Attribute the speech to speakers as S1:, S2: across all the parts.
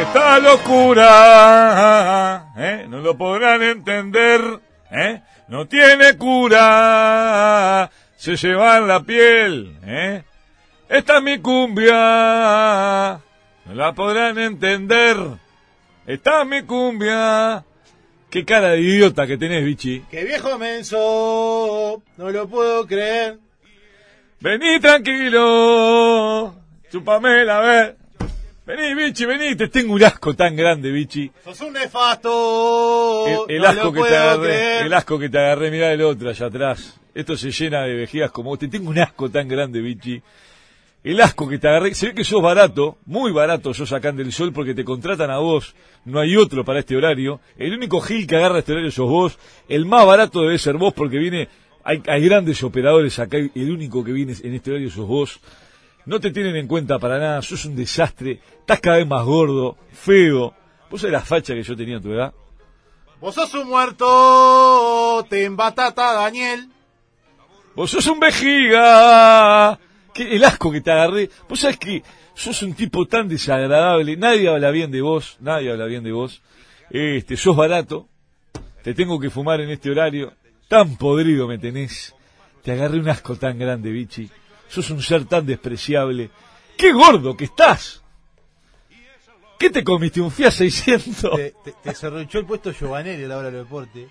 S1: Esta locura ¿eh? no lo podrán entender, ¿eh? no tiene cura, se llevan la piel. ¿eh? Esta es mi cumbia, no la podrán entender. Esta es mi cumbia. Qué cara de idiota que tenés, bichi.
S2: ¡Qué viejo menso! No lo puedo creer.
S1: Vení tranquilo, chupame la ver. Vení, bichi, vení, te tengo un asco tan grande, bichi.
S2: ¡Sos un nefasto!
S1: El, el
S2: no
S1: asco
S2: lo
S1: que te
S2: puedo
S1: agarré,
S2: creer.
S1: el asco que te agarré, mirá el otro allá atrás. Esto se llena de vejigas como vos. Te tengo un asco tan grande, bichi. El asco que te agarré, se ve que sos barato, muy barato sos acá en del sol porque te contratan a vos. No hay otro para este horario. El único gil que agarra este horario sos vos. El más barato debe ser vos porque viene, hay, hay grandes operadores acá y el único que viene en este horario sos vos. No te tienen en cuenta para nada, sos un desastre, estás cada vez más gordo, feo. ¿Vos sabés la facha que yo tenía a tu edad?
S2: Vos sos un muerto, te embatata Daniel.
S1: Vos sos un vejiga. Que el asco que te agarré. Vos sabés que sos un tipo tan desagradable. Nadie habla bien de vos. Nadie habla bien de vos. Este, sos barato. Te tengo que fumar en este horario. Tan podrido me tenés. Te agarré un asco tan grande, bichi. Sos un ser tan despreciable. ¡Qué gordo que estás! ¿Qué te comiste? ¿Un Fiat 600?
S2: Te, te, te cerruchó el puesto Giovanelli a la hora del deporte.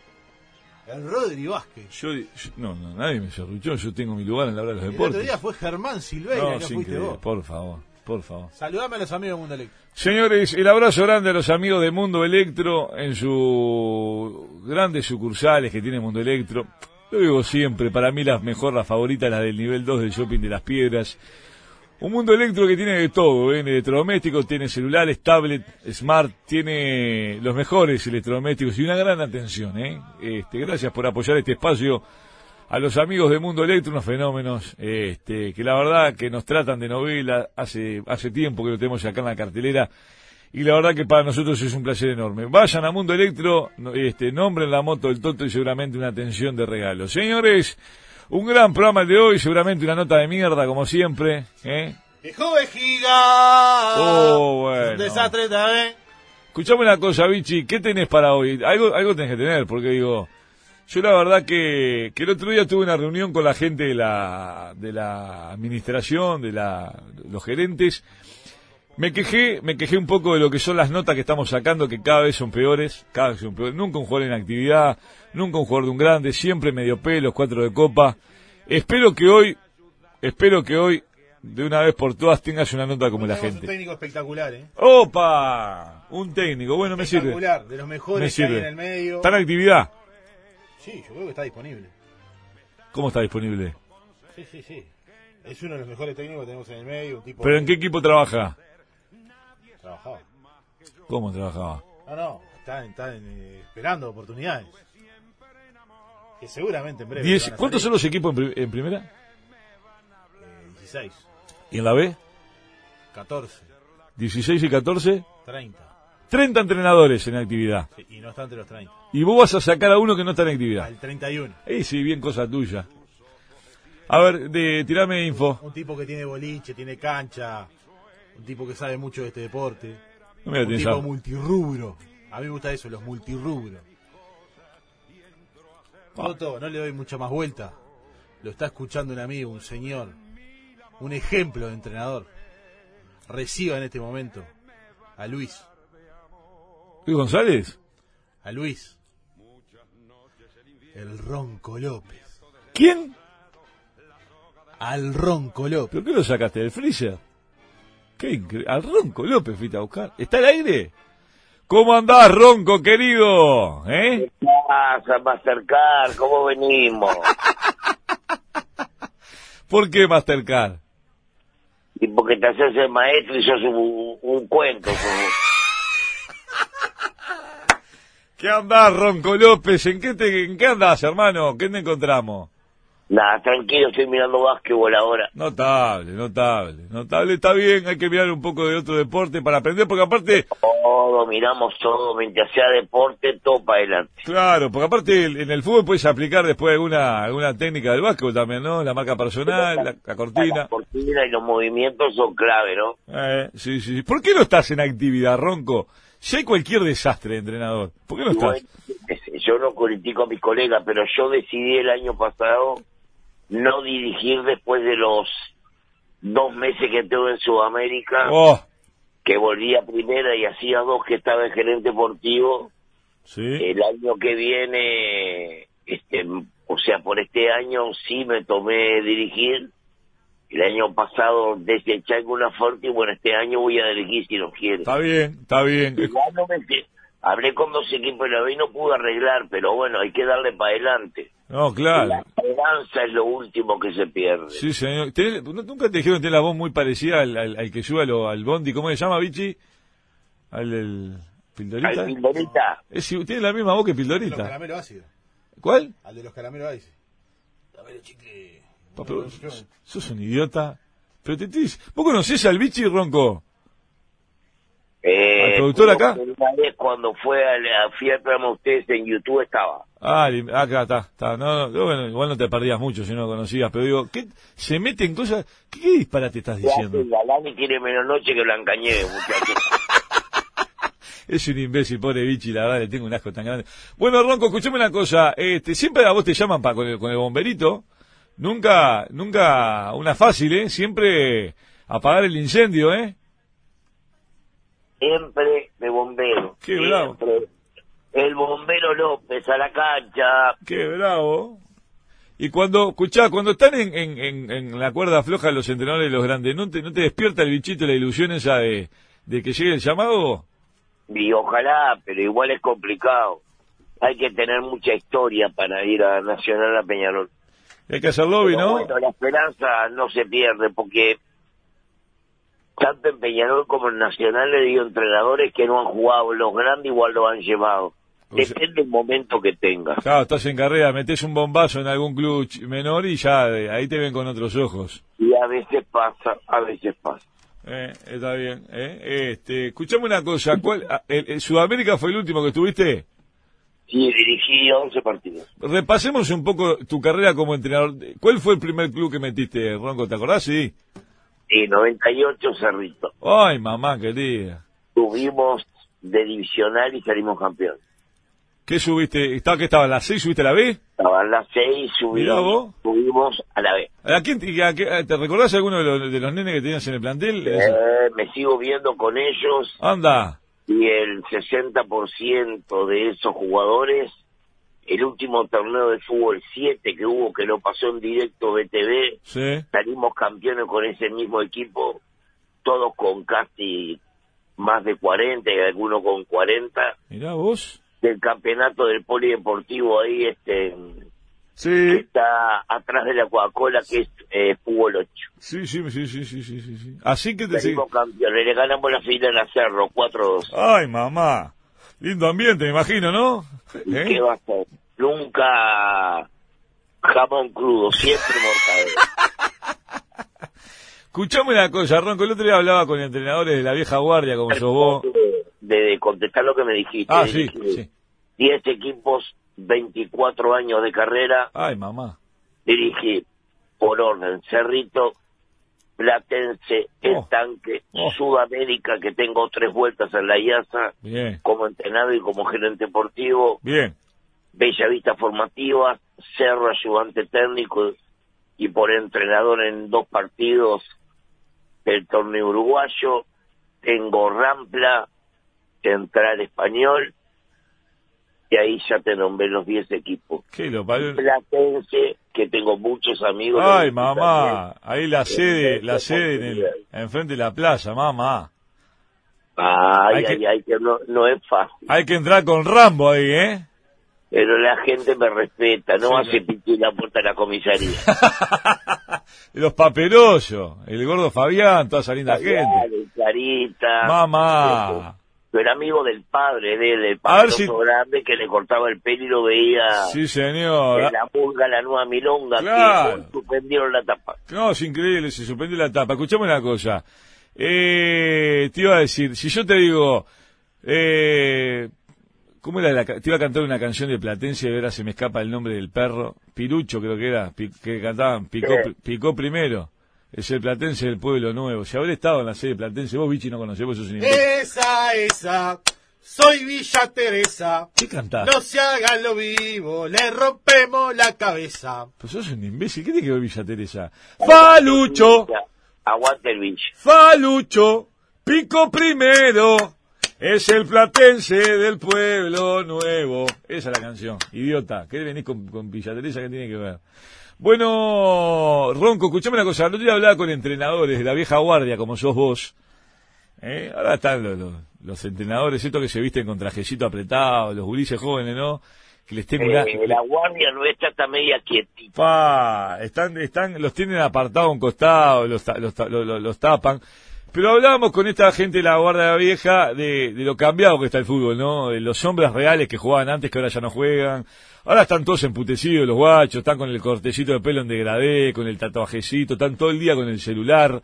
S2: El Rodri Vázquez.
S1: Yo, di- yo- no, no, nadie me serruchó. Yo tengo mi lugar en la hora de los
S2: El otro
S1: deportes.
S2: día fue Germán Silveira,
S1: No,
S2: que
S1: es
S2: fuiste
S1: increíble.
S2: vos.
S1: Por favor, por favor.
S2: Saludame a los amigos de Mundo Electro.
S1: Señores, el abrazo grande a los amigos de Mundo Electro en sus grandes sucursales que tiene Mundo Electro. Lo digo siempre, para mí las mejor, las favoritas, las del nivel 2 del shopping de las piedras. Un mundo electro que tiene de todo, ¿eh? electrodomésticos, tiene celulares, tablet, smart, tiene los mejores electrodomésticos y una gran atención. ¿eh? Este, gracias por apoyar este espacio a los amigos de Mundo Electro, unos fenómenos este, que la verdad que nos tratan de novela, hace, hace tiempo que lo tenemos acá en la cartelera y la verdad que para nosotros es un placer enorme. Vayan a Mundo Electro, no- este, nombren la moto del Toto y seguramente una atención de regalo. Señores, un gran programa el de hoy, seguramente una nota de mierda como siempre. ¿eh?
S2: ¡Viejo vejiga!
S1: Oh, bueno.
S2: Ah, Un desastre también.
S1: Escuchame una cosa, Vichy, ¿qué tenés para hoy? Algo, algo tenés que tener, porque digo, yo la verdad que, que el otro día tuve una reunión con la gente de la, de la administración, de la, los gerentes. Me quejé, me quejé un poco de lo que son las notas que estamos sacando, que cada vez son peores, cada vez son peores. Nunca un jugador en actividad, nunca un jugador de un grande, siempre medio pelos, cuatro de copa. Espero que hoy, espero que hoy, de una vez por todas, tengas una nota como la
S2: Tenemos un
S1: gente.
S2: técnico espectacular, ¿eh?
S1: ¡Opa! Un técnico, bueno, me sirve.
S2: Espectacular, de los
S1: Me
S2: mejores que hay en
S1: sirve.
S2: el medio.
S1: ¿Está en actividad?
S2: Sí, yo creo que está disponible.
S1: ¿Cómo está disponible?
S2: Sí, sí, sí. Es uno de los mejores técnicos que tenemos en el medio, un tipo
S1: ¿Pero en qué
S2: que
S1: equipo trabaja?
S2: trabajaba.
S1: ¿Cómo trabajaba?
S2: No, no, están, están eh, esperando oportunidades. Que seguramente en breve.
S1: Diez-
S2: van a
S1: ¿Cuántos son
S2: salir.
S1: los equipos en, pri- en primera?
S2: Eh, 16,
S1: ¿Y en la B?
S2: 14,
S1: ¿16 y 14?
S2: 30.
S1: 30 entrenadores en actividad.
S2: Sí, Y no está entre los 30.
S1: Y vos vas a sacar a uno que no está en actividad.
S2: Al 31.
S1: Ahí sí, bien cosa tuya. A ver, de, tirame info.
S2: Un tipo que tiene boliche, tiene cancha. Un tipo que sabe mucho de este deporte.
S1: No me la
S2: un
S1: tenés
S2: tipo
S1: a-
S2: multirrubro. A mí me gusta eso, los multirrubros. Toto, no le doy mucha más vuelta. Lo está escuchando un amigo, un señor. Un ejemplo de entrenador. Reciba en este momento a Luis.
S1: ¿Luis González?
S2: A Luis. El Ronco López.
S1: ¿Quién?
S2: Al Ronco López.
S1: ¿Pero qué lo sacaste del freezer? Qué incre- Al Ronco López fuiste a buscar. ¿Está al aire? ¿Cómo andás, Ronco, querido? ¿Eh?
S3: pasa, Mastercard? ¿Cómo venimos?
S1: ¿Por qué Mastercard?
S3: Y porque te haces el maestro y sos un, un cuento. como-
S1: ¿Qué andás, Ronco López? ¿En qué, te, ¿En qué andás, hermano? ¿Qué te encontramos?
S3: Nada, tranquilo, estoy mirando básquetbol ahora.
S1: Notable, notable. Notable está bien, hay que mirar un poco de otro deporte para aprender, porque aparte,
S3: no dominamos todo, mientras sea deporte, todo para adelante.
S1: Claro, porque aparte el- en el fútbol puedes aplicar después alguna alguna técnica del básquetbol también, ¿no? La marca personal, la, la
S3: La
S1: cortina.
S3: cortina y los movimientos son clave, ¿no?
S1: Eh, sí, sí, sí. ¿Por qué no estás en actividad, Ronco? Si hay cualquier desastre, entrenador, ¿por qué no
S3: Y
S1: estás?
S3: bueno, yo no critico a mis colegas, pero yo decidí el año pasado no dirigir después de los dos meses que estuve en Sudamérica,
S1: Oh,
S3: que volví a primera y hacía dos que estaba en gerente deportivo.
S1: sí.
S3: El año que viene, este, o sea, por este año sí me tomé dirigir. El año pasado deseché alguna fuerte y bueno, este año voy a dirigir si no quiere.
S1: Está bien, está bien. Eh,
S3: Igual no me que- Hablé con dos equipos y la vez no pude arreglar, pero bueno, hay que darle para adelante.
S1: No,
S3: La
S1: claro.
S3: esperanza es lo último que se pierde.
S1: Sí, señor. Tenés- ¿no- ¿Nunca te dijeron que tenés la voz muy parecida al, al- al que sube a lo- al bondi? ¿Cómo se llama, Vichy? Al del...
S3: Al
S1: ¿Pildorita?
S3: Pindorita,
S1: Es i- tiene la misma voz que
S2: de los
S1: Pildorita.
S2: caramelos ácidos.
S1: ¿Cuál?
S2: Al de los caramelos ácidos. Caramelo chicle.
S1: Pa, Ah, pero s- sos un idiota. Pero te, te- ¿Vos conocés al Vichy, Ronco?
S3: eh,
S1: ¿Al productor acá?
S3: una vez cuando fue a la fiesta de ustedes en YouTube estaba.
S1: Ah, li- acá está. está. No, no, bueno, igual no te perdías mucho si no lo conocías. Pero digo, ¿qué, se meten cosas... ¿Qué, qué disparate estás
S3: Ya que
S1: diciendo?
S3: el Galani tiene menos noche que Blanca Nieve, muchachos.
S1: Es un imbécil, pobre bichi, la verdad, le tengo un asco tan grande. Bueno, Ronco, escuchame una cosa. Este, siempre a vos te llaman pa, con, el, con el bomberito. Nunca, nunca una fácil, ¿eh? Siempre apagar el incendio, ¿eh?
S3: Siempre de bombero.
S1: Qué
S3: siempre.
S1: bravo.
S3: El bombero López a la cancha.
S1: Qué bravo. Y cuando, escuchá, cuando están en, en, en, en la cuerda floja los entrenadores de los grandes, ¿no te, ¿no te despierta el bichito la ilusión esa de, de que llegue el llamado?
S3: Y ojalá, pero igual es complicado. Hay que tener mucha historia para ir a Nacional a Peñarol.
S1: Hay que hacer lobby,
S3: Pero
S1: ¿no?
S3: bueno, la esperanza no se pierde porque tanto en Peñarol como en Nacional le digo entrenadores que no han jugado. Los grandes igual lo han llevado.
S1: O sea-
S3: Depende del momento que tengas.
S1: Claro, estás en carrera, metes un bombazo en algún club ch- menor y ya eh, ahí te ven con otros ojos.
S3: Y a veces pasa, a veces pasa.
S1: Eh, está bien. Eh. Este, escuchame una cosa. ¿cuál, a- el, el Sudamérica fue el último que estuviste?
S3: Sí, dirigí 11 partidos.
S1: Repasemos un poco tu carrera como entrenador. ¿Cuál fue el primer club que metiste, Ronco? ¿Te acordás? Sí.
S3: Sí, 98 Cerrito.
S1: Ay, mamá querida.
S3: Subimos de divisional y salimos campeón.
S1: ¿Qué subiste? ¿Estaba, ¿Qué estaba? ¿La 6 subiste a la B?
S3: Estaban las 6,
S1: Mirá vos.
S3: subimos, subimos a la vez.
S1: ¿A quién, te- a qué- a- ¿Te recordás alguno de los, de los nenes que tenías en el plantel?
S3: Eh, me sigo viendo con ellos
S1: Anda.
S3: y el 60% de esos jugadores, el último torneo de fútbol 7 que hubo, que lo pasó en directo BTV,
S1: Sí.
S3: salimos campeones con ese mismo equipo, todos con casi más de 40 y algunos con 40,
S1: Mirá vos.
S3: del campeonato del polideportivo ahí, este, que
S1: Sí.
S3: está atrás de la Coca-Cola, que es eh, fútbol 8.
S1: Sí, sí, sí, sí, sí, sí, sí, sí. Así que te...
S3: Salimos campeones, le ganamos la final a Cerro, 4-2.
S1: Ay, mamá. Lindo ambiente, me imagino, ¿no? ¿Eh?
S3: ¿Qué va a ser? Nunca jamón crudo, siempre mortadela.
S1: Escuchame una cosa, Ronco. El otro día hablaba con entrenadores de la vieja guardia, como sos Pues vos.
S3: De, de contestar lo que me dijiste.
S1: Ah, sí,
S3: Dije,
S1: sí.
S3: 10 equipos, 24 años de carrera,
S1: Ay, mamá.
S3: dirigí por orden Cerrito, Platense, El
S1: Oh.
S3: Tanque,
S1: Oh.
S3: Sudamérica, que tengo tres vueltas en la IASA,
S1: Bien,
S3: como entrenador y como gerente deportivo,
S1: bien.
S3: Bella Vista Formativa, Cerro ayudante técnico y por entrenador en dos partidos del torneo uruguayo. Tengo Rampla, Central Español, y ahí ya te nombré los 10 equipos.
S1: ¿Qué lo parió?
S3: Platense, que tengo muchos amigos.
S1: Ay,
S3: Los también.
S1: mamá. Ahí la sede, la sede en el, enfrente de la plaza, mamá.
S3: Ay,
S1: Hay
S3: ay,
S1: que-
S3: ay, que no, no es fácil.
S1: Hay que entrar con Rambo ahí, ¿eh?
S3: Pero la gente me respeta, no
S1: Sí,
S3: hace pichí la puerta de la comisaría.
S1: Los paperosos, el gordo Fabián, toda esa linda gente.
S3: Claro, Clarita.
S1: Mamá.
S3: Yo era amigo del padre de él, el
S1: A ver
S3: padre
S1: si-
S3: grande que le cortaba el pelo y lo veía
S1: Sí,
S3: en
S1: señor.
S3: la pulga, la nueva milonga,
S1: Claro.
S3: que hoy suspendieron la tapa.
S1: No, es increíble, se suspendió la etapa. Escuchame una cosa. Eh, te iba a decir, si yo te digo, Eh, ¿Cómo era la ca- Te iba a cantar una canción de Platense y ahora se me escapa el nombre del perro. Pirucho creo que era, pi- que cantaban Picó,
S3: Sí.
S1: Picó primero. Es el Platense del Pueblo Nuevo. Si habré estado en la sede de Platense, vos Vichy no conocés, vos sos un
S3: Eh.
S1: imbécil.
S2: Esa, esa, soy Villa Teresa.
S1: ¿Qué cantás?
S2: No se haga lo vivo, le rompemos la cabeza.
S1: Pues sos un imbécil, ¿qué tiene que ver Villa Teresa? ¡Falucho!
S3: Ya, Aguante el bicho.
S1: Falucho, pico primero, es el platense del pueblo nuevo. Esa es la canción, idiota. ¿Qué venís con, con Villa Teresa? ¿Qué tiene que ver? Bueno, Ronco, escuchame una cosa. El otro día hablaba con entrenadores de la vieja guardia, como sos vos. ¿eh? Ahora están los, los- los entrenadores, estos que se visten con trajecito apretado, los gurises jóvenes, ¿no? Que les
S3: Eh,
S1: tengo una-
S3: la guardia nuestra está media quietita.
S1: Pa, están, están, los tienen apartado a un costado, los, ta- los, ta- lo- lo- los tapan. Pero hablábamos con esta gente de la Guardia Vieja de, de lo cambiado que está el fútbol, ¿no? De los hombres reales que jugaban antes, que ahora ya no juegan. Ahora están todos emputecidos los guachos, están con el cortecito de pelo en degradé, con el tatuajecito, están todo el día con el celular.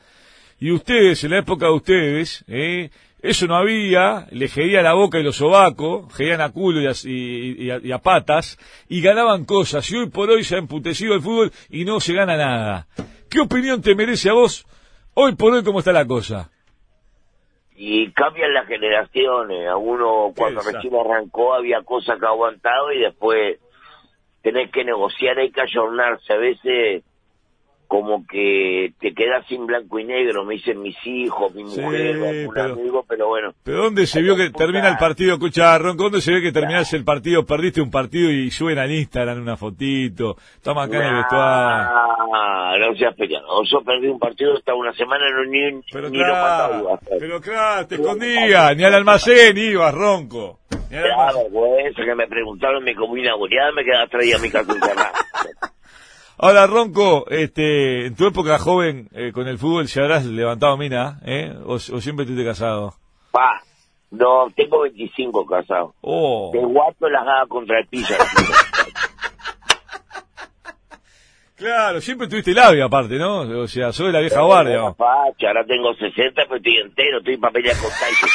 S1: Y ustedes, en la época de ustedes, ¿eh? eso no había, le gería la boca y los sobacos, gerían a culo y a, y- y a- y a patas, y ganaban cosas. Y hoy por hoy se ha emputecido el fútbol y no se gana nada. ¿Qué opinión te merece a vos hoy por hoy cómo está la cosa?
S3: y cambian las generaciones. A uno cuando
S1: Exacto.
S3: recién arrancó había cosas que aguantaba y después tenés que negociar, hay que ayornarse. A veces como que te quedas sin blanco y negro, me dicen mis hijos, mi
S1: Sí,
S3: mujer, algún
S1: pero-
S3: amigo, pero bueno.
S1: ¿Pero dónde se vio que termina el partido? Escucha, Ronco, ¿dónde se ve que terminás el partido, perdiste un partido y suben al Instagram una fotito? Toma acá en el vestuario.
S3: Ah, no seas peleado. Yo perdí un partido hasta una semana, no, ni,
S1: Pero
S3: ni lo pues. mataba.
S1: claro, pero claro, te escondías, ni al almacén ibas, Ronco. Ni al
S3: Ya,
S1: almacén.
S3: vergüenza que me preguntaron, me comí una goleada, me quedaba traída a mi casa encerrada.
S1: Ahora, Ronco, este, en tu época joven eh, con el fútbol, ¿se habrás levantado mina? ¿eh? ¿O, o siempre estuviste casado?
S3: Pa, no, tengo 25 casados.
S1: Oh,
S3: De guapo las haga contra el piso.
S1: claro, siempre tuviste labia aparte, ¿no? O sea, soy la vieja guardia.
S3: Pacha, ahora tengo 60, pero estoy entero, estoy para pelear con Tyson.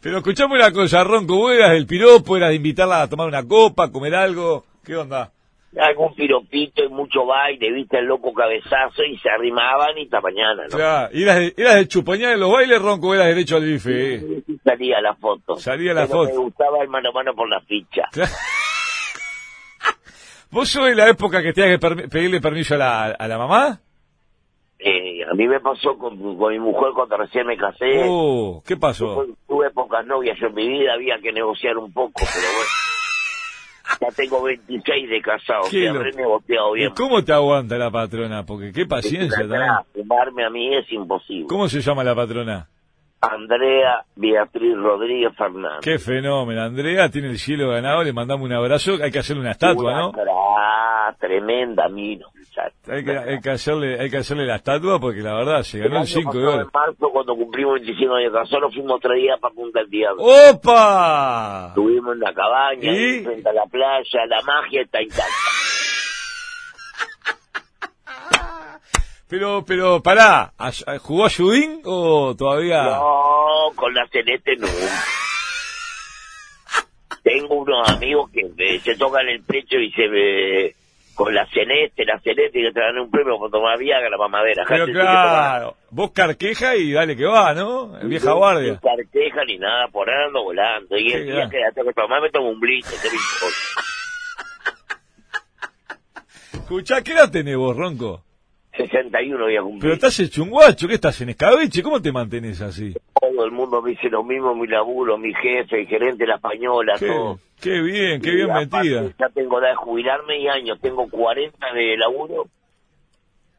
S1: Pero escuchame una cosa, Ronco, ¿vos eras el piropo? ¿Eras de invitarla a tomar una copa, comer algo? ¿Qué onda?
S3: Algún piropito y mucho baile, viste el loco cabezazo y se arrimaban y hasta mañana, ¿no?
S1: Claro, ¿y ¿eras de, eras de chupoñar en los bailes, Ronco, o eras derecho al bife? eh?
S3: Y Salía la foto.
S1: Salía la
S3: Pero
S1: foto.
S3: Me gustaba el mano a mano por la ficha.
S1: Claro. ¿Vos sos de la época que tenías que permi- pedirle permiso a la, a la mamá?
S3: Eh, a mí me pasó con, con mi mujer cuando recién me casé.
S1: Oh, ¿qué pasó?
S3: Tuve- Tuve pocas novias yo en mi vida, había que negociar un poco, pero bueno. Ya tengo 26 de casado,
S1: Qué
S3: que habré
S1: lo-
S3: negociado
S1: ¿Y
S3: bien.
S1: cómo te aguanta la patrona? Porque qué paciencia también.
S3: Tratar de Fumarme a mí es imposible.
S1: ¿Cómo se llama la patrona?
S3: Andrea Beatriz Rodríguez Fernández.
S1: Qué fenómeno. Andrea tiene el cielo ganado, le mandamos un abrazo. Hay que hacerle una estatua,
S3: Una
S1: ¿no?
S3: cra- tremenda, mira.
S1: Hay que, hay que hacerle, hay que hacerle la estatua porque la verdad se ganó el 5 de
S3: En
S1: oro.
S3: marzo, cuando cumplimos 25 años de casado, nos fuimos tres días para Punta del Diablo.
S1: ¡Opa!
S3: Estuvimos en la cabaña,
S1: Oh. ¿Y?
S3: ahí frente a la playa, la magia está intacta.
S1: Pero, pero, pará, ¿a- ¿jugó a Judín o todavía?
S3: No, con la celeste no. Tengo unos amigos que eh, se tocan el pecho y se ve con la celeste, la celeste, que te dan un premio por tomar Viagra, mamadera.
S1: Pero
S3: Gente, sí que toma-
S1: claro, vos carqueja y dale que va, ¿no? Vieja
S3: Ni
S1: guardia.
S3: carteja ni nada, por ahí ando volando. Y el
S1: Sí,
S3: día
S1: claro.
S3: que la tengo que tomar me tomo un blito. qué me importa.
S1: Escuchá, ¿qué edad tenés vos, Ronco?
S3: 61 voy a cumplir.
S1: Pero estás hecho un guacho, ¿qué estás en escabeche? ¿Cómo te mantenés así?
S3: Todo el mundo me dice lo mismo, mi laburo, mi jefe, el gerente, la española,
S1: Qué,
S3: todo.
S1: qué bien, qué
S3: Y
S1: bien
S3: aparte,
S1: metida.
S3: Ya tengo edad de jubilarme y años, tengo 40 de laburo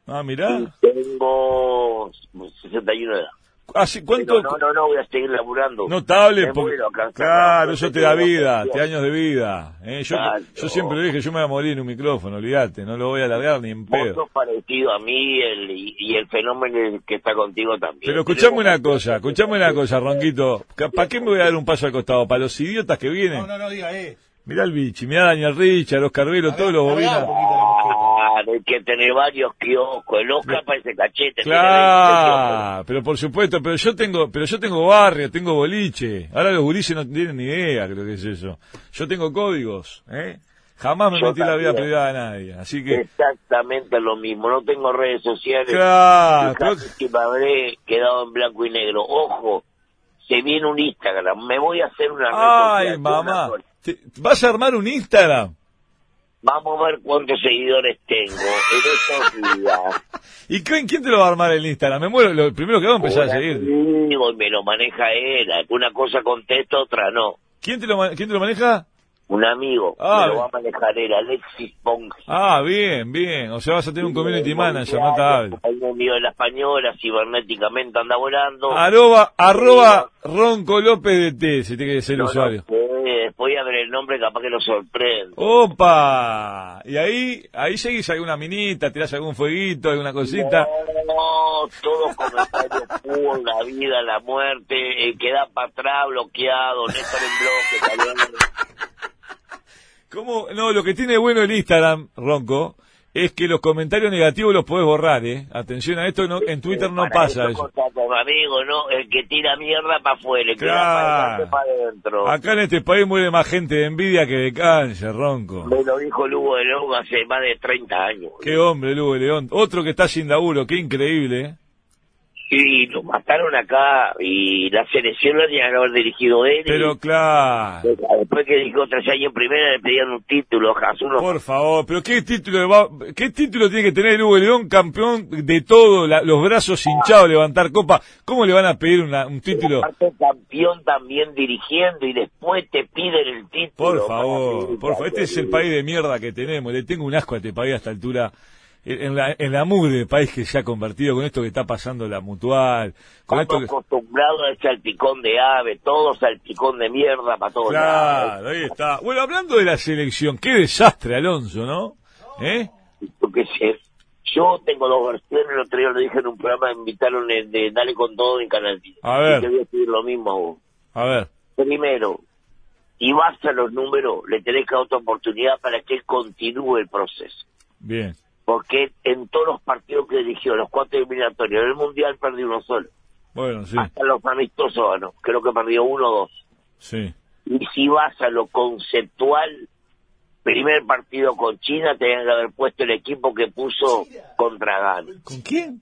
S1: Ah,
S3: y
S1: mirá.
S3: tengo pues, 61 de edad.
S1: Así, ¿Cuánto?
S3: Pero no, no, no, voy a seguir laburando.
S1: Notable,
S3: Me
S1: porque,
S3: muero acá,
S1: claro,
S3: acá,
S1: eso te
S3: tengo
S1: da vida,
S3: pensión.
S1: te da años de vida. ¿eh? Yo,
S3: Claro.
S1: yo siempre dije, yo me voy a morir en un micrófono, olvídate, no lo voy a alargar ni en
S3: Vos
S1: pedo.
S3: sos parecido a mí el, y, y el fenómeno que está contigo también.
S1: Pero escuchame
S3: Tenemos-
S1: una cosa, escuchame una cosa, Ronquito. ¿Para qué me voy a dar un paso al costado? ¿Para los idiotas que vienen?
S2: No, no, no diga, eh.
S1: Mirá el bichi, mirá a Daniel Richard, Oscar Velo, todos los
S2: Cargá
S1: bobinas.
S2: un poquito la mosqueta.
S3: Ah, Claro, hay que tener varios kioscos, el Oscar parece cachete. tiene 20 kioscos.
S1: Claro, pero por supuesto, pero yo tengo, pero yo tengo barrio, tengo boliche. Ahora los gurises no tienen ni idea de lo que es eso. Yo tengo códigos, ¿eh? Jamás me
S3: Yo
S1: metí en la vida
S3: también.
S1: privada de nadie, así que
S3: Exactamente lo mismo, no tengo redes sociales.
S1: claro,
S3: Fíjate
S1: creo-
S3: que me habré quedado en blanco y negro. Ojo, se viene un Instagram, me voy a hacer una red
S1: ay,
S3: social, una
S1: mamá,
S3: sola.
S1: te- vas a armar un Instagram
S3: Vamos a ver cuántos seguidores tengo en estos días.
S1: y quién, quién te lo va a armar el Instagram. Me muero, lo primero que hago es empezar Pues a
S3: Un
S1: seguirte.
S3: amigo y me lo maneja él. Una cosa contesta, otra no.
S1: ¿Quién te lo, ma- quién te lo maneja?
S3: Un amigo
S1: Ah,
S3: me lo
S1: bien.
S3: va a manejar él, Alexis Pongi.
S1: Ah, bien, bien. O sea, vas a tener un community manager, no te hables.
S3: Ahí me envió la española, cibernéticamente anda volando.
S1: Ah, Arroba, arroba Ronco López de T, si te es el
S3: No, no
S1: usuario. Oh,
S3: sé, voy a ver el nombre, capaz que lo sorprende.
S1: ¡Opa! Y ahí, ahí seguís alguna minita, tirás algún fueguito, alguna cosita.
S3: No, todos comentarios puros, la vida, la muerte, eh, queda para atrás, bloqueado, Néstor en bloque, italiano.
S1: ¿Cómo? No, lo que tiene bueno el Instagram, Ronco, es que los comentarios negativos los podés borrar, ¿eh? Atención a esto, no- en Twitter no
S3: Este, Para
S1: pasa
S3: eso.
S1: eso.
S3: contacto, amigo, ¿no? El que tira mierda para afuera, el que
S1: Claro.
S3: la para adentro.
S1: Acá en este país muere más gente de envidia que de cáncer, Ronco.
S3: Me lo dijo Lugo de Longo hace más de 30 años.
S1: Qué hombre, Lugo León. Otro que está sin laburo, qué increíble, ¿eh?
S3: Y lo mataron acá y la selección la tenía que haber dirigido él. y
S1: Pero claro.
S3: Después que dijo tres años en primera le pedían un título, Jasuno.
S1: Por favor, pero qué título va- qué título tiene que tener Hugo León, campeón de todo, la- los brazos hinchados, levantar copa. ¿Cómo le van a pedir una- un título?
S3: Aparte, campeón también dirigiendo y después te piden el título.
S1: Por favor,
S3: Para-
S1: por favor, este es el país de mierda que tenemos. Le tengo un asco a este país a esta altura. En la, en la mugre del país que se ha convertido con esto que está pasando la mutual, con esto
S3: Estamos
S1: que...
S3: acostumbrados al salpicón de ave, todo salpicón de mierda para todos lados.
S1: Claro, ahí está. Bueno, hablando de la selección, qué desastre, Alonso, ¿no? ¿Eh?
S3: Yo qué sé. Yo tengo dos versiones, el otro día lo dije en un programa, me invitaron de, de Dale con todo en Canal 10.
S1: A ver.
S3: Y te voy a decir lo mismo a vos.
S1: A ver.
S3: Primero, si vas a los números, le tenés que dar otra oportunidad para que continúe el proceso.
S1: Bien.
S3: Porque en todos los partidos que dirigió, los cuatro eliminatorios, en el Mundial perdió uno solo.
S1: Bueno, sí,
S3: Hasta los amistosos ganó. Creo que perdió uno o dos.
S1: sí.
S3: Y si vas a lo conceptual, primer partido con China, tenían que haber puesto el equipo que puso contra Ghana.
S1: ¿Con quién?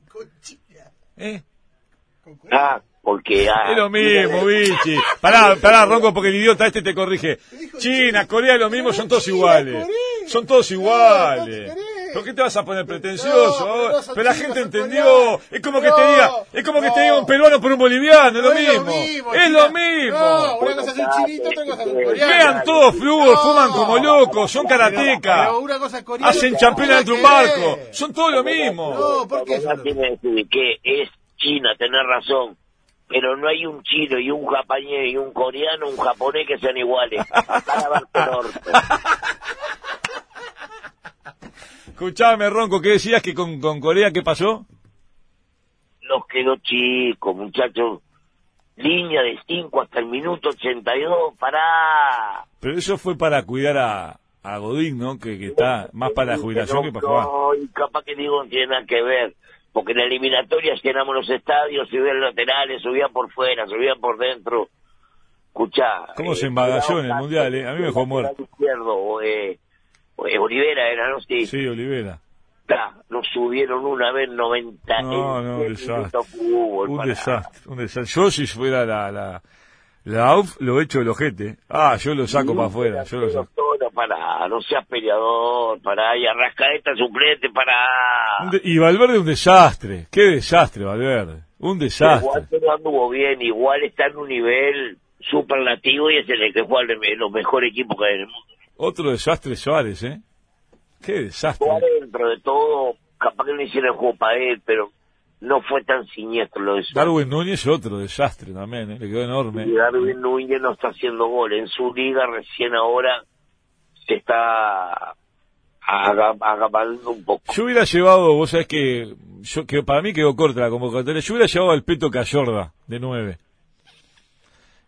S1: ¿Eh?
S3: Ah, porque... Ah,
S1: Es lo mismo,
S3: mira,
S1: bichi. Pará, pará, Ronco, porque el idiota este te corrige. China, Corea, lo mismo, son todos iguales. Son todos iguales. ¿Por qué te vas a poner pretencioso? ahora? Pero la gente entendió. Es como que te diga, es como que te diga un peruano por un boliviano, es lo mismo. Es lo mismo.
S4: No, una cosa es un chinito, otra cosa es un coreano.
S1: Vean todos flúor, fuman como locos, son karatecas.
S4: Pero una cosa es coreano.
S1: Hacen champán
S4: otra
S1: dentro de un
S4: es-
S1: barco. Son todos lo mismo.
S4: No, ¿por qué
S3: la
S4: son
S3: verdad eh, tiene que decir que es China, tenés razón. Pero no hay un chino y un japonés y un coreano, un japonés que sean iguales. Para verte el orto.
S1: Escuchame, Ronco, ¿qué decías que con, con Corea qué pasó?
S3: Los quedó chicos, muchachos. Línea de 5 hasta el minuto 82, pará.
S1: Pero eso fue para cuidar a, a Godín, ¿no? Que, que está más para la jubilación que para jugar.
S3: No, y capaz que digo no tiene nada que ver. Porque en la eliminatoria llenamos los estadios, subían laterales, subían por fuera, subían por dentro. Escuchá.
S1: ¿Cómo se embagalló en el
S3: cuidado,
S1: Mundial, eh? A mí me dejó
S3: lateral
S1: muerto.
S3: izquierdo, o, eh, o, eh, Olivera era, ¿no? Sí.
S1: Sí, Olivera.
S3: Ta, nos subieron una vez 90
S1: No, no, un
S3: en 10
S1: desastre.
S3: minutos fútbol,
S1: Un
S3: pará.
S1: desastre, un desastre. Yo si fuera la, la, la AUF, lo echo del ojete. Ah, yo lo saco para afuera, yo lo
S3: Pero
S1: saco.
S3: todo, pará, no seas peleador, pará, y arrasca esta suplente, pará.
S1: Un de- y Valverde un desastre. Qué desastre, Valverde. Un desastre.
S3: Igual que no anduvo bien, igual está en un nivel superlativo y es el que juega en los mejores equipos que hay en el mundo.
S1: Otro desastre Suárez, ¿eh? Qué desastre.
S3: Jugar dentro de todo, capaz que no hiciera el juego para él, pero no fue tan siniestro lo de Suárez.
S1: Darwin Núñez, otro desastre también, ¿eh? Le quedó enorme.
S3: Y Darwin Núñez no está haciendo gol. En su liga recién ahora se está aga- agapando un poco.
S1: Yo hubiera llevado, vos sabés que, yo, que para mí quedó corta la convocatoria, yo hubiera llevado al Peto Cayorda, de nueve.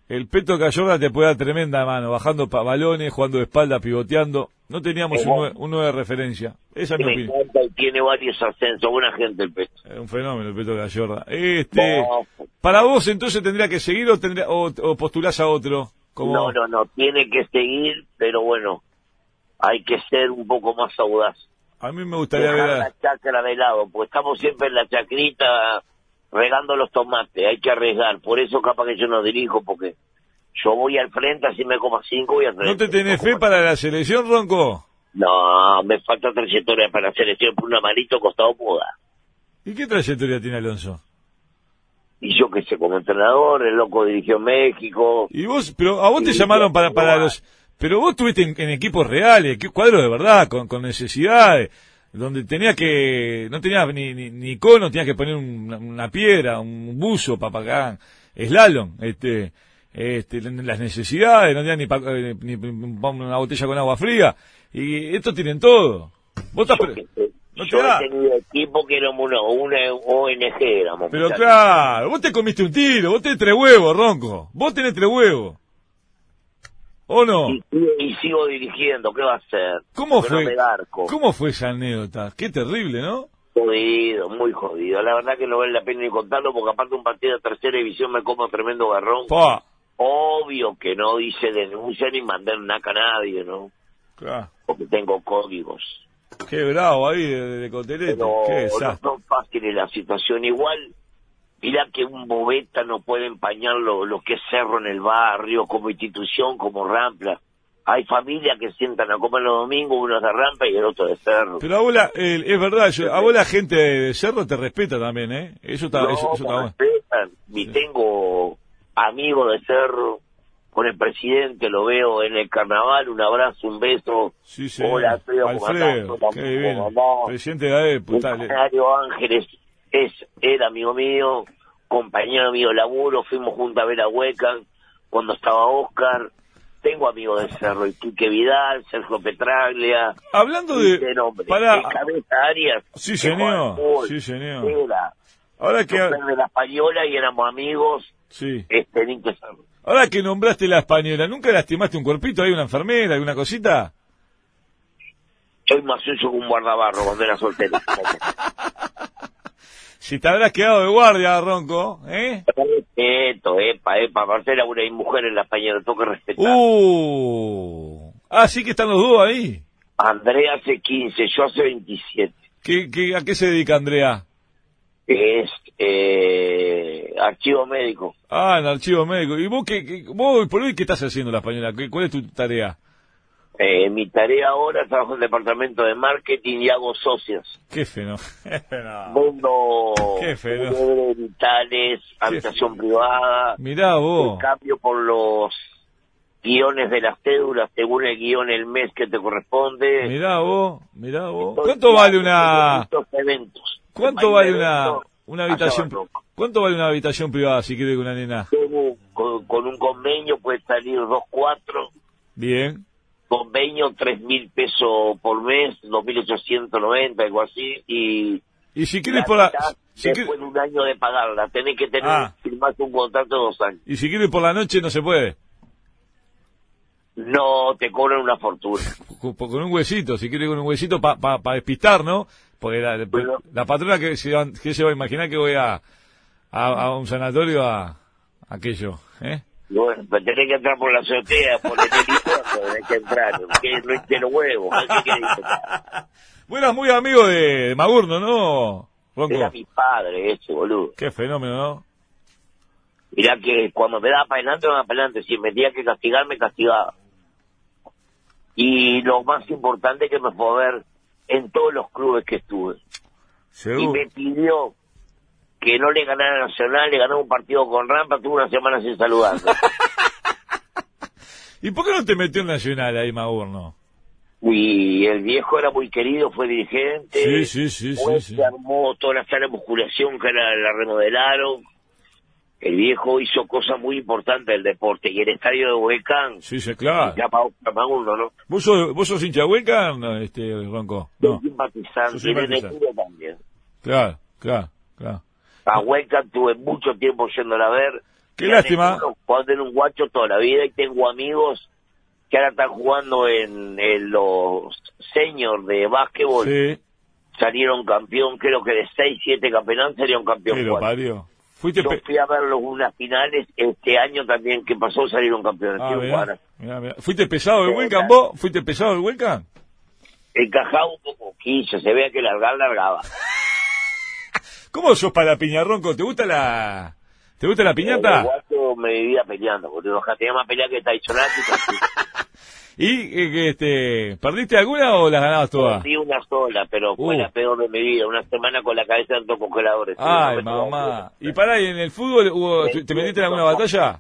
S1: El Peto Cayorga te puede dar tremenda mano, bajando pa balones, jugando de espalda, pivoteando. No teníamos un
S3: Igual.
S1: nue- un nueve de referencia. Esa es mi
S3: Me
S1: opinión.
S3: encanta y tiene varios ascensos. Buena gente el pecho.
S1: Es un fenómeno el Peto Cayorga. Este,
S3: No.
S1: para vos entonces tendría que seguir o, tendría, o, o postulás a otro. Como...
S3: No, no, no. Tiene que seguir, pero bueno, hay que ser un poco más audaz.
S1: A mí me gustaría
S3: Dejar
S1: ver a-
S3: la chacra de lado, porque estamos siempre en la chacrita regando los tomates. Hay que arriesgar. Por eso capaz que yo no dirijo, porque yo voy al frente, así me coma cinco voy al frente.
S1: ¿No te tenés
S3: Me
S1: fe
S3: coma
S1: para la selección, Ronco?
S3: No, me falta trayectoria para hacer el tiempo, una manito costado puda.
S1: ¿Y qué trayectoria tiene Alonso?
S3: Y yo que sé, como entrenador, el loco dirigió México.
S1: Y vos, pero a vos te
S3: Sí,
S1: llamaron para,
S3: no,
S1: para
S3: no.
S1: los... Pero vos estuviste en, en equipos reales, que- cuadros de verdad, con, con necesidades, donde tenías que... No tenías ni, ni, ni cono, tenías que poner una, una piedra, un buzo para pagar slalom, este... Este, las necesidades, no tenías ni, pa- eh, ni- ni una botella con agua fría. Y esto tienen todo. Vos estás... pre- no te
S3: yo
S1: da.
S3: he tenido equipo que era una, una ONG, éramos.
S1: Pero
S3: muchachos.
S1: claro, vos te comiste un tiro, vos tenés tres huevos, Ronco. Vos tenés tres huevos. ¿O no?
S3: Y, y sigo dirigiendo, ¿qué va a hacer?
S1: ¿Cómo
S3: Porque no
S1: fue?
S3: me da arco.
S1: ¿Cómo fue esa anécdota? Qué terrible, ¿no?
S3: Jodido, muy jodido. La verdad que no vale la pena ni contarlo, porque aparte un partido de tercera división me como tremendo garrón.
S1: Pa.
S3: Obvio que no hice denuncia ni mandé naca a nadie, ¿no?
S1: Claro.
S3: Porque tengo códigos.
S1: Qué bravo ahí de, de Cotelete.
S3: pero
S1: Qué
S3: no
S1: desastre.
S3: son fáciles la situación. Igual, mirá que un bobeta no puede empañar lo, lo que es cerro en el barrio, como institución, como rampla. Hay familias que sientan a comer los domingos, uno de rampla y el otro de cerro.
S1: Pero abuela, eh, es verdad, yo, abuela, la gente de Cerro te respeta también, ¿eh? Eso está,
S3: no,
S1: eso, eso está
S3: me
S1: bueno.
S3: respetan. Y tengo amigos de cerro, con el presidente lo veo en el carnaval, un abrazo, un beso.
S1: Sí, sí.
S3: Hola, soy el
S1: Alfredo,
S3: comandante,
S1: qué
S3: tampoco,
S1: divino.
S3: no.
S1: Presidente de pues, la puta.
S3: El
S1: le-
S3: canario Ángeles es, era amigo mío, compañero mío de laburo, fuimos juntos a ver a Huecan cuando estaba Oscar. Tengo amigos de Cerro, y Quique Vidal, Sergio Petraglia,
S1: Hablando
S3: ese
S1: de...
S3: nombre,
S1: Pará.
S3: el Cabeza Arias.
S1: Sí,
S3: que
S1: señor,
S3: jugaba al fútbol.
S1: sí, señor.
S3: Era,
S1: Ahora que...
S3: chofer de la Española y éramos amigos,
S1: Sí.
S3: este, en Inque Cerro.
S1: Ahora que nombraste la española, ¿nunca lastimaste un cuerpito? ¿Hay una enfermera? ¿Alguna cosita?
S3: Soy más sucio que un guardabarro cuando era soltero.
S1: Si te habrás quedado de guardia, Ronco, ¿eh?
S3: Respeto, epa, epa, aparte era una mujer en la española, tengo que respetar.
S1: ¡Uh! Ah, sí que están los dos ahí.
S3: André hace 15, yo hace 27.
S1: ¿Qué, qué, a qué se dedica Andrea?
S3: es eh, archivo médico.
S1: Ah, en archivo médico. ¿Y vos qué, qué- vos hoy por hoy qué estás haciendo la española? ¿Qué- ¿Cuál es tu tarea?
S3: Eh, mi tarea ahora trabajo en el departamento de marketing y hago socios.
S1: Qué fenómeno.
S3: Mundo
S1: Ah. Qué feo.
S3: fiebre vitales, habitación privada,
S1: Mirá
S3: el
S1: vos.
S3: cambio por los guiones de las cédulas según el guión el mes que te corresponde.
S1: Mirá vos. Mirá vos.
S3: Estoy este
S1: ¿Cuánto vale
S3: creando
S1: una...
S3: distintos eventos.
S1: ¿Cuánto vale
S3: Hay un
S1: una,
S3: evento,
S1: una
S3: allá
S1: habitación...
S3: va, loco.
S1: ¿Cuánto vale una habitación privada si quiere que una nena?
S3: Tengo- Con, con un convenio puede salir dos cuatro
S1: Bien.
S3: convenio, tres mil pesos por mes, 2.890, algo así, y
S1: Y si
S3: la
S1: quieres por la...
S3: mitad
S1: si
S3: después
S1: quiere-
S3: de un año de pagarla, tenés que tener
S1: Ah.
S3: firmar un contrato de dos años.
S1: y si quieres por la noche no se puede.
S3: No, te cobran una fortuna.
S1: con con un huesito, si quiere con un huesito para pa, pa despistar, ¿no? Porque la, la-
S3: Bueno.
S1: la patrona que se, va, que se va a imaginar que voy a, a, a un sanatorio a, a aquello, ¿eh?
S3: Y Bueno, pero tenés que entrar por la azotea, por el helicóptero, tenés que entrar, que no esté el huevo, ¿qué querés?
S1: Bueno, es muy amigo de, de Magurno, ¿no?
S3: Era
S1: Ronco.
S3: mi padre ese, boludo.
S1: Qué fenómeno, ¿no?
S3: Mirá que cuando me daba para adelante, me daba para adelante. Si me tenía que castigar, me castigaba. Y lo más importante que me fue ver en todos los clubes que estuve. Y
S1: Seguro.
S3: me pidió que no le ganara a Nacional, le ganó un partido con Rampa, tuve una semana sin saludarme.
S1: ¿Y por qué no te metió en Nacional ahí, Magurno?
S3: y el viejo era muy querido, fue dirigente.
S1: Sí, sí, sí, sí,
S3: Fue,
S1: sí.
S3: Se armó toda la sala de musculación que la, la remodelaron. El viejo hizo cosas muy importantes del deporte. Y el estadio de Huecán,
S1: Sí, sí, claro.
S3: ya para uno, ¿no?
S1: ¿Vos sos, vos sos hincha hueca, no, este, Ronco?
S3: Soy
S1: No.
S3: simpatizante,
S1: Soy simpatizante.
S3: y de Netura también.
S1: Claro, claro, claro.
S3: A Huelca tuve mucho tiempo yéndola a ver.
S1: Qué
S3: Y a
S1: lástima.
S3: Netura Puedo tener un guacho toda la vida y tengo amigos que ahora están jugando en, en los seniors de básquetbol.
S1: Sí,
S3: Salieron campeón, creo que de 6, 7 campeonatos salieron campeón.
S1: pero
S3: cuatro.
S1: parió. Fuiste
S3: Yo
S1: pe-
S3: fui a verlos unas finales este año también que pasó, salieron campeones.
S1: Ah,
S3: Tío,
S1: mirá,
S3: para.
S1: mirá, mirá. ¿Fuiste pesado de
S3: Sí,
S1: Huelcan
S3: claro.
S1: vos? ¿Fuiste pesado de Huelcan?
S3: Encajaba un poco, quiso, se vea que largar, largaba.
S1: ¿Cómo sos para Piñarronco? ¿Te gusta la te gusta la
S3: El
S1: piñata?
S3: guacho me vivía peleando, boludo. Ojalá tenía más pelea que Tyson Atkins.
S1: ¿Y eh, que, este perdiste alguna o las ganabas todas?
S3: Sí, una sola, pero fue
S1: Uh.
S3: la peor de mi vida. Una semana con la cabeza en dos congeladores.
S1: Ay,
S3: Sí, no me
S1: mamá.
S3: tuvo-
S1: ¿Y pará, ¿y en el fútbol hubo-
S3: Sí,
S1: te
S3: sí,
S1: metiste en alguna
S3: papá.
S1: batalla?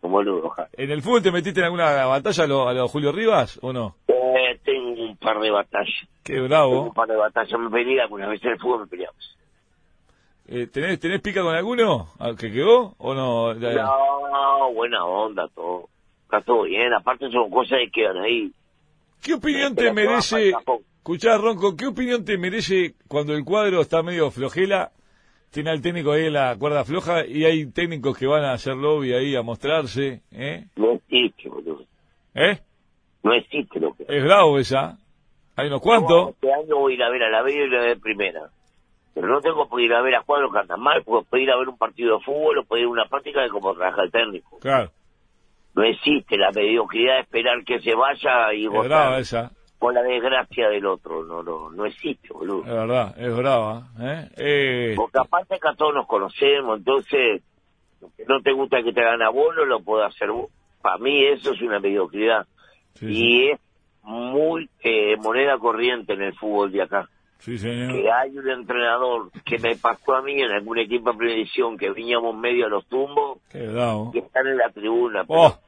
S3: Un boludo, ojalá.
S1: ¿En el fútbol te metiste en alguna batalla a los a lo Julio Rivas o no?
S3: Eh, tengo un par de batallas.
S1: Qué
S3: Tengo
S1: bravo.
S3: un par de batallas. Me peleé algunas veces en el fútbol, me peleamos.
S1: Eh, ¿tenés, ¿Tenés pica con alguno al que quedó o no? Ya-
S3: No, buena onda, todo. Está todo bien. Aparte son cosas que quedan ahí.
S1: ¿Qué opinión
S3: Pero
S1: te
S3: te va para
S1: merece,
S3: el campo.
S1: escuchá Ronco, qué opinión te merece cuando el cuadro está medio flojela, tiene al técnico ahí en la cuerda floja y hay técnicos que van a hacer lobby ahí a mostrarse, ¿eh?
S3: No existe, boludo.
S1: ¿Eh?
S3: No existe lo que...
S1: Es bravo esa. Hay unos cuantos.
S3: Este año voy a ir a ver a la B y la B primera. Pero no tengo que ir a ver a cuadros que andan mal, porque puedo ir a ver un partido de fútbol o puedo ir a una práctica de cómo trabaja el técnico.
S1: Claro,
S3: No existe la mediocridad de esperar que se vaya y
S1: es Ah, brava
S3: gozar
S1: esa,
S3: con la desgracia del otro. No, no, no existe,
S1: es
S3: boludo.
S1: verdad, es brava. ¿eh? Eh,
S3: Porque aparte acá todos nos conocemos, entonces lo que no te gusta que te hagan a vos, no lo puedo hacer vos. Para mí eso es una mediocridad.
S1: sí, sí,
S3: Y es muy eh, moneda corriente en el fútbol de acá.
S1: sí, señor.
S3: que hay un entrenador que me pasó a mí en algún equipo de primera edición que veníamos medio a los tumbos
S1: Qué bravo.
S3: que están en la tribuna pero
S1: Oh,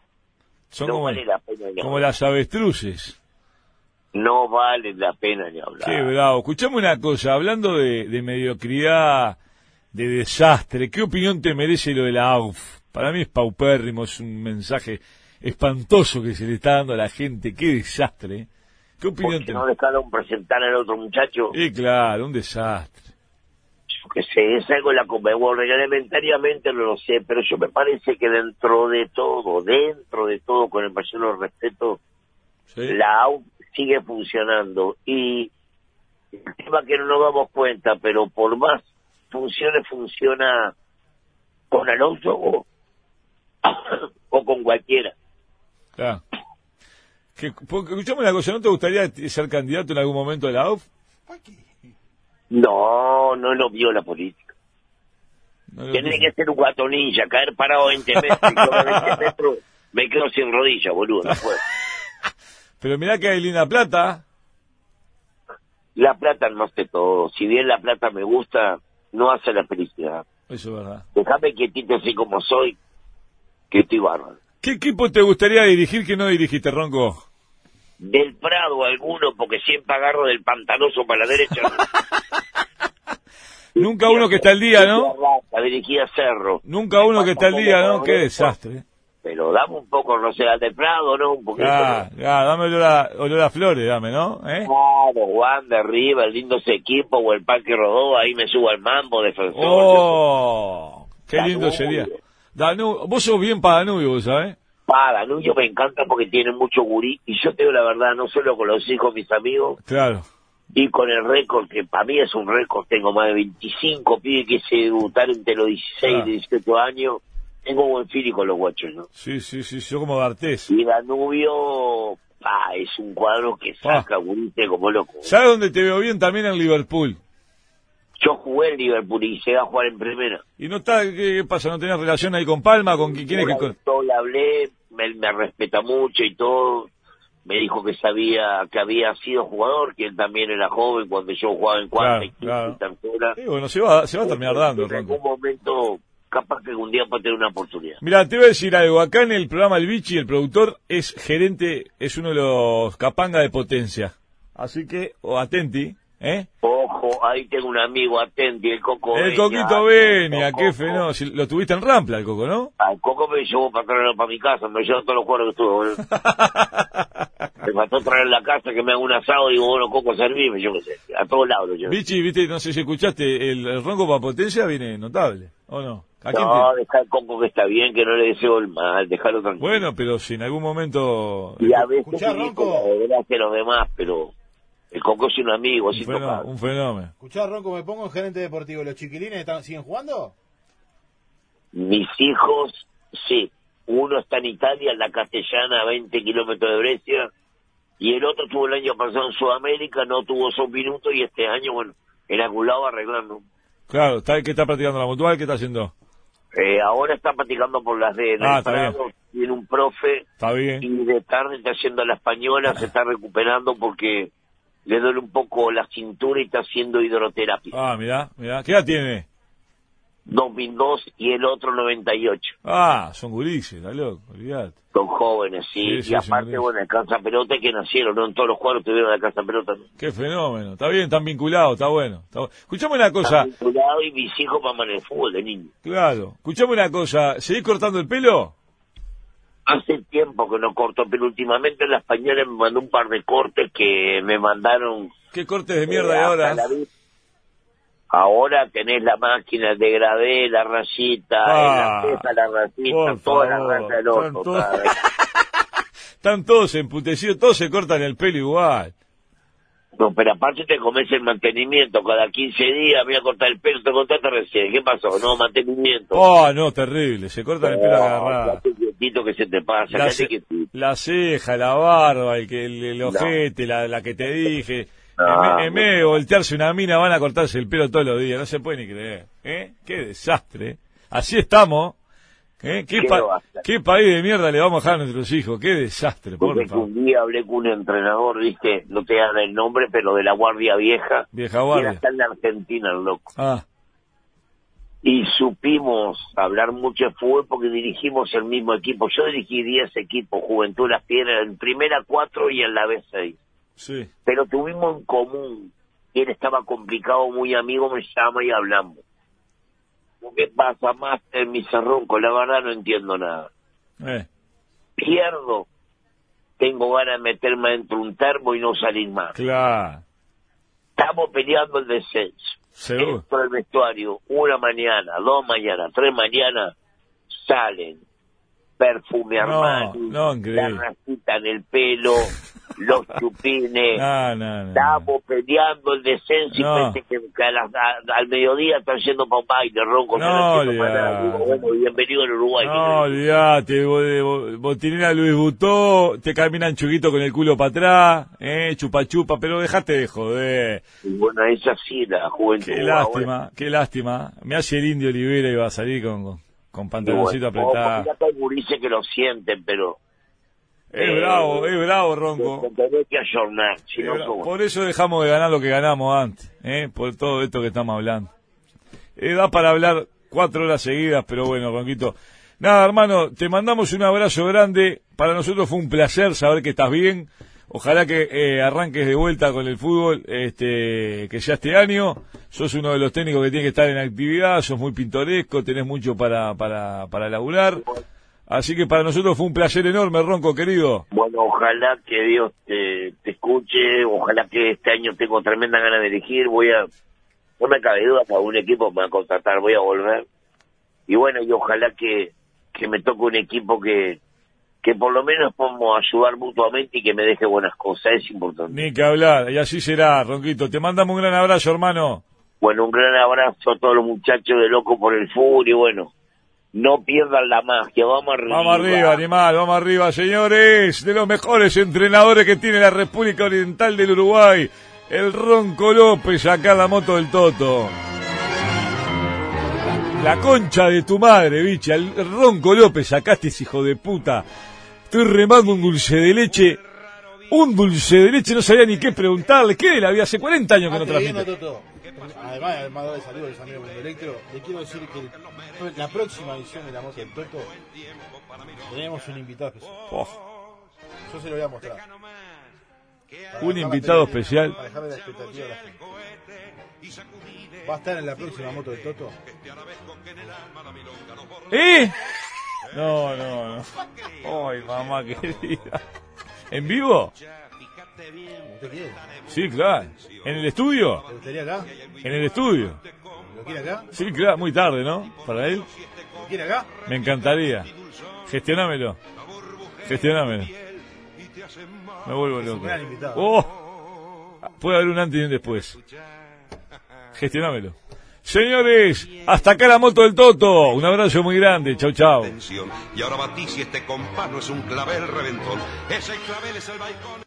S1: son
S3: no
S1: como,
S3: vale la pena ni
S1: como
S3: hablar.
S1: las avestruces.
S3: no vale la pena ni hablar
S1: Qué bravo. Escuchame una cosa, hablando de, de mediocridad, de desastre, ¿qué opinión te merece lo de la AUF? Para mí es paupérrimo, es un mensaje espantoso que se le está dando a la gente. Qué desastre. ¿eh? ¿Qué opinión
S3: porque
S1: te
S3: no dejaron presentar al otro muchacho
S1: Y claro, un desastre.
S3: Yo que sé es algo de la Conmebol reglamentariamente no lo sé pero yo me parece que dentro de todo dentro de todo con el mayor respeto
S1: ¿sí?
S3: la AU sigue funcionando y el tema que no nos damos cuenta, pero por más funciones funciona con Alonso o, o con cualquiera.
S1: Claro. Que- porque, escuchame una cosa, ¿no te gustaría t- ser candidato en algún momento a la AUF?
S4: ¿Para qué?
S3: No, no lo vio la política.
S1: No lo
S3: Tiene
S1: pienso.
S3: que ser un guatonilla, caer parado 20 metros y yo a 20 metros me quedo sin rodilla, boludo. no puedo.
S1: Pero mirá que hay linda plata. ¿eh?
S3: La plata no hace todo. Si bien la plata me gusta, no hace la felicidad.
S1: Eso es verdad.
S3: Déjame quietito así como soy, que estoy bárbaro.
S1: ¿Qué equipo te gustaría dirigir que no dirigiste, Ronco?
S3: del Prado alguno, porque siempre agarro del pantanoso para la derecha.
S1: Nunca uno que está al día, ¿no?
S3: La dirigía a Cerro.
S1: Nunca uno que está al día, ¿no? Qué desastre.
S3: Pero dame un poco, no sé, al del Prado, ¿no? Un poquito.
S1: Ah, ah, dame olor a, olor a flores, dame, ¿no? ¿Eh?
S3: Claro, Wanda, arriba, el lindo ese equipo, o el Parque Rodó, ahí me subo al mambo, defensor.
S1: ¡Oh! ¡Qué lindo
S3: Danubio.
S1: sería! Danubio, vos sos bien para Danubio, ¿sabes?
S3: Para, Nuyo me encanta porque tiene mucho gurí, y yo te digo la verdad, no solo con los hijos, mis amigos,
S1: Claro.
S3: y con el récord, que para mí es un récord, tengo más de 25 pibes que se debutaron entre los 16
S1: Claro.
S3: y 18 años, tengo buen feeling con los guachos, ¿no?
S1: Sí, sí, sí, yo como D'Artés.
S3: Y Danubio, pa, es un cuadro que saca gurite como loco.
S1: ¿Sabes dónde te veo bien? También en Liverpool.
S3: Yo jugué en Liverpool y se va a jugar en primera.
S1: ¿Y no está, qué, qué pasa? ¿No tenés relación ahí con Palma? ¿Con quién quieres que.?
S3: Yo
S1: con-
S3: le hablé, me, me respeta mucho y todo. Me dijo que sabía que había sido jugador, que él también era joven cuando yo jugaba en cuarta y quinta
S1: claro.
S3: y tercera.
S1: Eh, bueno, se va, se va a terminar dando,
S3: En algún
S1: Ronco.
S3: momento, capaz que algún día pueda tener una oportunidad.
S1: Mira, te iba a decir algo. Acá en el programa El Bichi, el productor es gerente, es uno de los capanga de potencia. Así que, o atenti, ¿eh?
S3: Ojo, ahí tengo un amigo atento, el Coco
S1: El
S3: Beña.
S1: Coquito Venia,
S3: Coco.
S1: qué fenómeno. Si Lo tuviste en Rampla, el Coco, ¿no?
S3: Al Coco me llevó para traerlo para mi casa, me llevó todos los cuadros que estuvo, boludo. me faltó traer la casa que me haga un asado y digo, bueno, Coco, servime, yo qué sé. A todos lados, yo.
S1: Bichi, viste, no sé si escuchaste, el, el ronco para potencia viene notable, ¿o no? ¿A quién
S3: No,
S1: te-
S3: deja al Coco que está bien, que no le deseo el mal, dejarlo tranquilo.
S1: Bueno, pero si en algún momento
S3: y a veces
S2: Escuchá,
S3: tiene
S2: Ronco.
S3: cosas de gracia a los demás, pero el Coco es un amigo, es
S1: un, fenó-
S3: intocable.
S1: un fenómeno.
S2: Escuchá, Ronco, me pongo en gerente deportivo. ¿Los chiquilines están, siguen jugando?
S3: Mis hijos, sí. Uno está en Italia, en la castellana, a 20 kilómetros de Brescia. Y el otro estuvo el año pasado en Sudamérica, no tuvo esos minutos. Y este año, bueno, en algún lado arreglando.
S1: Claro, está el que está practicando la mutual, ¿qué está haciendo?
S3: Eh, ahora está practicando por las de en
S1: Ah,
S3: el
S1: está
S3: Prado, Tiene un profe
S1: Está bien.
S3: y de tarde está haciendo a la española. Se está recuperando porque le duele un poco la cintura y está haciendo hidroterapia.
S1: Ah, mirá, mirá. ¿Qué edad tiene?
S3: 2002 y el otro 98.
S1: Ah, son gurises, está loco, olvidate.
S3: Son jóvenes, sí.
S1: Sí, sí,
S3: y aparte,
S1: señores.
S3: bueno, el Pelota que nacieron, no en todos los cuadros tuvieron el Pelota.
S1: Qué fenómeno. Está bien, están vinculados, está bueno. Está... bu- Escuchame una cosa,
S3: y mis hijos maman el fútbol de niño.
S1: claro. Escuchame una cosa, ¿seguís cortando el pelo?
S3: Hace tiempo que no corto, pero últimamente la española me mandó un par de cortes que me mandaron.
S1: ¿Qué cortes de
S3: eh,
S1: mierda hay
S3: hasta
S1: ahora?
S3: la vi- Ahora tenés la máquina de gravé, la rayita,
S1: Ah,
S3: eh, la ceja, la
S1: por
S3: rayita, toda la
S1: favor,
S3: rata del
S1: son
S3: otro.
S1: todas-
S3: padre.
S1: Están todos emputecidos, todos se cortan el pelo igual.
S3: No, pero aparte te comes el mantenimiento. Cada 15 días me voy a cortar el pelo. Te contaste recién. ¿Qué pasó? No, mantenimiento.
S1: Oh, no, terrible. Se cortan el pelo
S3: Oh,
S1: agarrado.
S3: Quédate quietito que se te pasa.
S1: La,
S3: quédate
S1: ce-
S3: quietito.
S1: la ceja, la barba, el, que, el, el ojete, la, la que te dije.
S3: No.
S1: En vez- en vez de voltearse una mina, van a cortarse el pelo todos los días. No se puede ni creer. ¿Eh? Qué desastre. Así estamos. ¿Eh? ¿Qué,
S3: ¿Qué
S1: pa-
S3: lo hace?
S1: qué país de mierda le vamos a dejar a nuestros hijos? Qué desastre, por
S3: Porque
S1: favor.
S3: un día hablé con un entrenador, viste, no te dan el nombre, pero de la Guardia Vieja.
S1: Vieja
S3: Era
S1: guardia.
S3: hasta en la Argentina, el loco.
S1: Ah,
S3: Y supimos hablar mucho de fútbol porque dirigimos el mismo equipo. Yo dirigí 10 equipos, Juventud Las Piedras, en primera 4 y en la B6.
S1: sí.
S3: pero tuvimos en común. Él estaba complicado, muy amigo, me llama y hablamos. ¿Qué pasa, Master, mi cerronco? La verdad no entiendo nada.
S1: Eh,
S3: Pierdo, tengo ganas de meterme dentro de un termo y no salir más.
S1: claro.
S3: Estamos peleando el descenso.
S1: Seguro.
S3: Entro al vestuario, una mañana, dos mañanas, tres mañanas, salen. Perfume
S1: No,
S3: Armani,
S1: no, increíble.
S3: la racita en el pelo, los chupines,
S1: Ah, No, no, no, no.
S3: Estamos peleando el descenso
S1: No.
S3: y pensé que, que a las- a- al mediodía están yendo para un baile, ronco. que
S1: No,
S3: entiendo
S1: olvidate.
S3: para nada. Digo, bueno, bienvenido al Uruguay.
S1: No,
S3: que-
S1: olvidate, bo- de- bo- botinera Luis Butó, te caminan chuguito con el culo para atrás, eh, chupa chupa, pero dejate de joder.
S3: y bueno, es así la juventud.
S1: Qué
S3: ahora.
S1: lástima, qué lástima. Me hace el indio Olivera y va a salir con, con, con
S3: Y bueno,
S1: pantaloncito
S3: no, porque
S1: apretado.
S3: acá hay gurises que lo sienten, pero
S1: Es bravo, es bravo, Ronco.
S3: te tenés que ayornar. Si
S1: Es
S3: no,
S1: bravo.
S3: ¿cómo?
S1: Por eso dejamos de ganar lo que ganamos antes, eh, por todo esto que estamos hablando. Eh, da para hablar cuatro horas seguidas, pero bueno, Ronquito. Nada, hermano, te mandamos un abrazo grande. Para nosotros fue un placer saber que estás bien. Ojalá que eh, arranques de vuelta con el fútbol, este, que ya este año. Sos uno de los técnicos que tiene que estar en actividad, sos muy pintoresco, tenés mucho para, para, para laburar. Así que para nosotros fue un placer enorme, Ronco, querido.
S3: Bueno, ojalá que Dios te, te escuche, ojalá que este año tengo tremenda ganas de dirigir, voy a, no me cabe duda que algún equipo me va a contratar, voy a volver. Y bueno, y ojalá que, que me toque un equipo que, que por lo menos podamos ayudar mutuamente y que me deje buenas cosas, es importante.
S1: Ni que hablar, y así será, Ronquito. Te mandamos un gran abrazo, hermano.
S3: Bueno, un gran abrazo a todos los muchachos de Loco por el Fútbol y bueno, no pierdan la magia, vamos arriba.
S1: Vamos arriba, animal, vamos arriba, señores. De los mejores entrenadores que tiene la República Oriental del Uruguay, el Ronco López, acá en la moto del Toto. La concha de tu madre, bicha. El Ronco López, sacaste ese hijo de puta. Estoy remando un dulce de leche. Un dulce de leche, no sabía ni qué preguntarle. ¿Qué de la vida? Hace 40 años que Ah, no
S2: Antes de irnos,
S1: transmite.
S2: Toto, además, además de saludos de los amigos de Electro, le quiero decir que el- la próxima edición de la moto del Toto tenemos un invitado especial.
S1: Oh,
S2: Yo se lo voy a mostrar. Para
S1: un
S2: dejar
S1: invitado
S2: la expectativa-
S1: especial.
S2: Para dejarle la expectativa a la gente. Va a estar en la próxima moto del Toto.
S1: ¿Eh? No, no, no. Ay, mamá querida. ¿En vivo?
S2: ¿Usted quiere?
S1: Sí, claro. ¿En el estudio?
S2: ¿Te gustaría acá?
S1: En el estudio.
S2: ¿Lo quiere acá?
S1: Sí, claro, muy tarde, ¿no? Para él.
S2: ¿Lo quiere acá?
S1: Me encantaría. Gestionámelo. Gestionámelo. Me vuelvo
S2: Es un
S1: loco.
S2: gran invitado.
S1: ¡Oh! Puede haber un antes y un después. Gestionámelo. Señores, hasta acá la moto del Toto. Un abrazo muy grande. Chau, chau.
S5: tensión. Y ahora batí si este compás no es un clavel reventón. Ese clavel es el balcón.